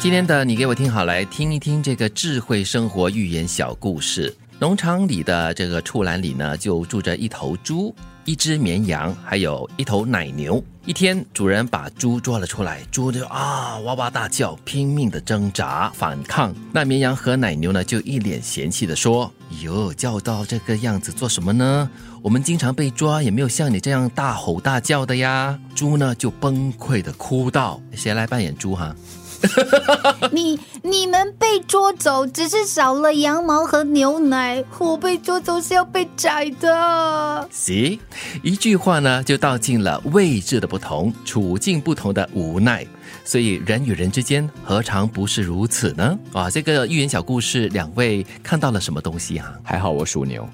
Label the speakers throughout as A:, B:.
A: 今天的你给我听好，来听一听这个智慧生活寓言小故事。农场里的这个畜栏里呢，就住着一头猪、一只绵羊，还有一头奶牛。一天，主人把猪抓了出来，猪就啊哇哇大叫，拼命的挣扎反抗。那绵羊和奶牛呢，就一脸嫌弃的说：“哟，叫到这个样子做什么呢？我们经常被抓，也没有像你这样大吼大叫的呀。”猪呢就崩溃的哭道：“谁来扮演猪哈、
B: 你你们被捉走，只是少了羊毛和牛奶。我被捉走是要被宰的。
A: 行，一句话呢，就道尽了位置的不同、处境不同的无奈。所以人与人之间何尝不是如此呢？啊，这个寓言小故事，两位看到了什么东西啊？
C: 还好我属 牛，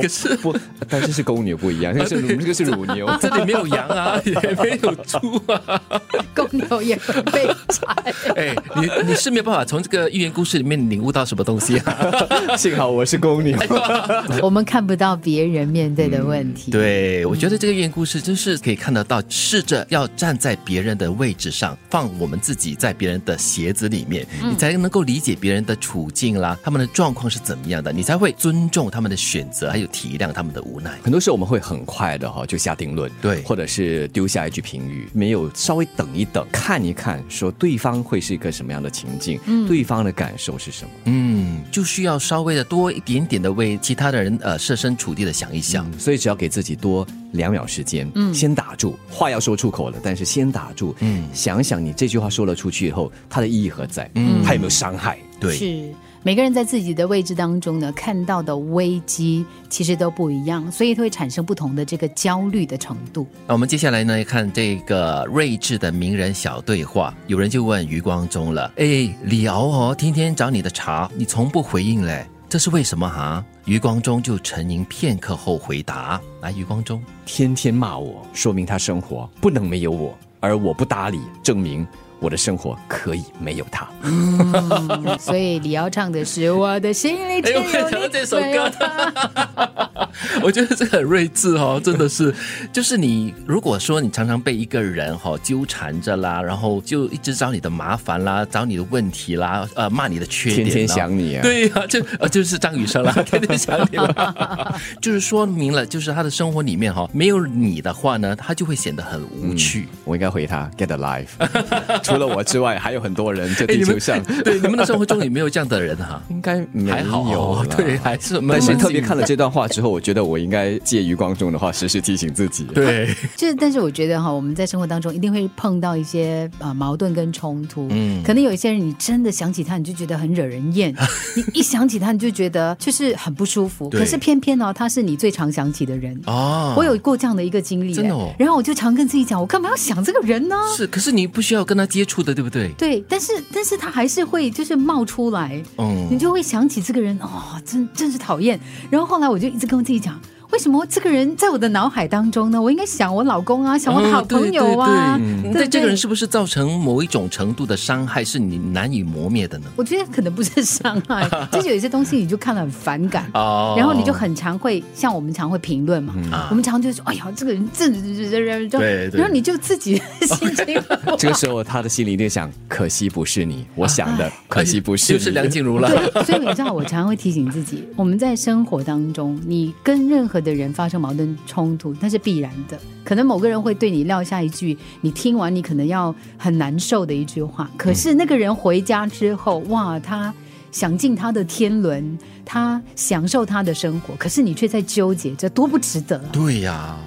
A: 可是
C: 不，但这是公牛不一 样，这个是乳，这个是乳牛。
A: 这里没有羊啊， 也没有猪啊。
B: 公牛也会被宰。
A: 哎，你你是没有办法从这个寓言故事里面领悟到什么东西啊？
C: 幸好我是公牛，
B: 我们看不到别人面对的问题。
A: 嗯对，我觉得这个寓言故事真是可以看得到，试着要站在别人的位置上，放我们自己在别人的鞋子里面，你才能够理解别人的处境啦，他们的状况是怎么样的，你才会尊重他们的选择，还有体谅他们的无奈。
C: 很多时候我们会很快的哈、就下定论，
A: 对
C: 或者是丢下一句评语，没有稍微等一等，看一看，说对方会是一个什么样的情境，对方的感受是什么。
A: 嗯，就需要稍微的多一点点的为其他的人呃设身处地的想一想。
C: 所以只要给自己多两秒时间，嗯，先打住，话要说出口了，但是先打住，嗯，想想你这句话说了出去以后，它的意义何在？嗯，它有没有伤害？
A: 对，
B: 是每个人在自己的位置当中呢，看到的危机其实都不一样，所以会产生不同的这个焦虑的程 度。
A: 那我们接下来呢，看这个睿智的名人小对话。有人就问余光中了：“哎，李敖哦，天天找你的茬，你从不回应嘞，这是为什么哈、余光中就沉吟片刻后回答：“来，余光中，
C: 天天骂我，说明他生活不能没有我，而我不搭理，证明我的生活可以没有他。
B: 嗯所以李敖唱的是我的心里只有
A: 哎我也想到
B: 你，
A: 这首
B: 没有
A: 歌
B: 他
A: 我觉得这个很睿智哦，真的 是，就是你如果说你常常被一个人哈、纠缠着啦，然后就一直找你的麻烦啦，找你的问题啦，呃，骂你的缺点
C: 天
A: 啦，
C: 天想你啊，，
A: 对呀、就呃就是张雨生了， 天天想你了，就是说明了，就是他的生活里面哈、没有你的话呢，他就会显得很无趣。
C: 我应该回他 get a life。除 了我之外，还有很多人在
A: 哎
C: 地球上，
A: 对你们的生活中也没有这样的人哈、
C: 应该没
A: 还好
C: 有
A: 哦
C: 啦，
A: 对，。还是蛮
C: 但是
A: 蛮
C: 特别
A: 幸运
C: 看了这段话之后，我觉得我应该借余光中的话，时时提醒自己。
A: 对，
B: 就是，但是我觉得哈，我们在生活当中一定会碰到一些啊、呃矛盾跟冲突。嗯，可能有一些人，你真的想起他，你就觉得很惹人 厌；你一想起他，你就觉得就是很不舒服。
A: 对
B: 可是偏偏哦，他是你最常想起的人。
A: 哦，
B: 我有过这样的一个经历，
A: 真的哦
B: 然后我就常跟自己讲，我干嘛要想这个人呢？
A: 是，可是你不需要跟他接触的，对不对？
B: 对，但是但是他还是会就是冒出来，你
A: 嗯，
B: 就会想起这个人哦，真真是讨厌。然后后来我就一直跟我自己讲，为什么这个人在我的脑海当中呢？我应该想我老公啊，想我的好朋友啊，
A: 嗯对对对嗯
B: 对
A: 对这个人
B: 对
A: 是不是造成某一种程度的伤害，是你难以磨灭的呢？
B: 我觉得可能不是伤 害，就是有一些东西你就看了很反感。
A: 哦
B: 然后你就很常会像我们常会评论嘛，
A: 啊
B: 我们常就说，哎呀，这个人这这这
A: 对
B: 这，
A: 对
B: 然后你就自己心 情 很不好
C: 这个时候，他的心里一定想：可惜不是你，我想的，可惜不是
A: 哎就
C: 你。
A: 是梁静茹了。
B: 对，所以你知道，我常常会提醒自己，我们在生活当中，你跟任何的人发生矛盾冲突，那是必然的。可能某个人会对你撂下一句，你听完你可能要很难受的一句话，可是那个人回家之后，哇，他。享尽他的天伦，他享受他的生活，可是你却在纠结，这多不值得啊！
A: 对呀、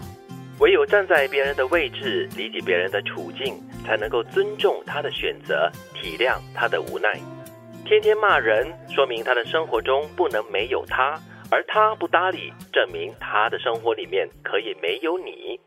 D: 唯有站在别人的位置，理解别人的处境，才能够尊重他的选择，体谅他的无奈。天天骂人，说明他的生活中不能没有他；而他不搭理，证明他的生活里面可以没有你。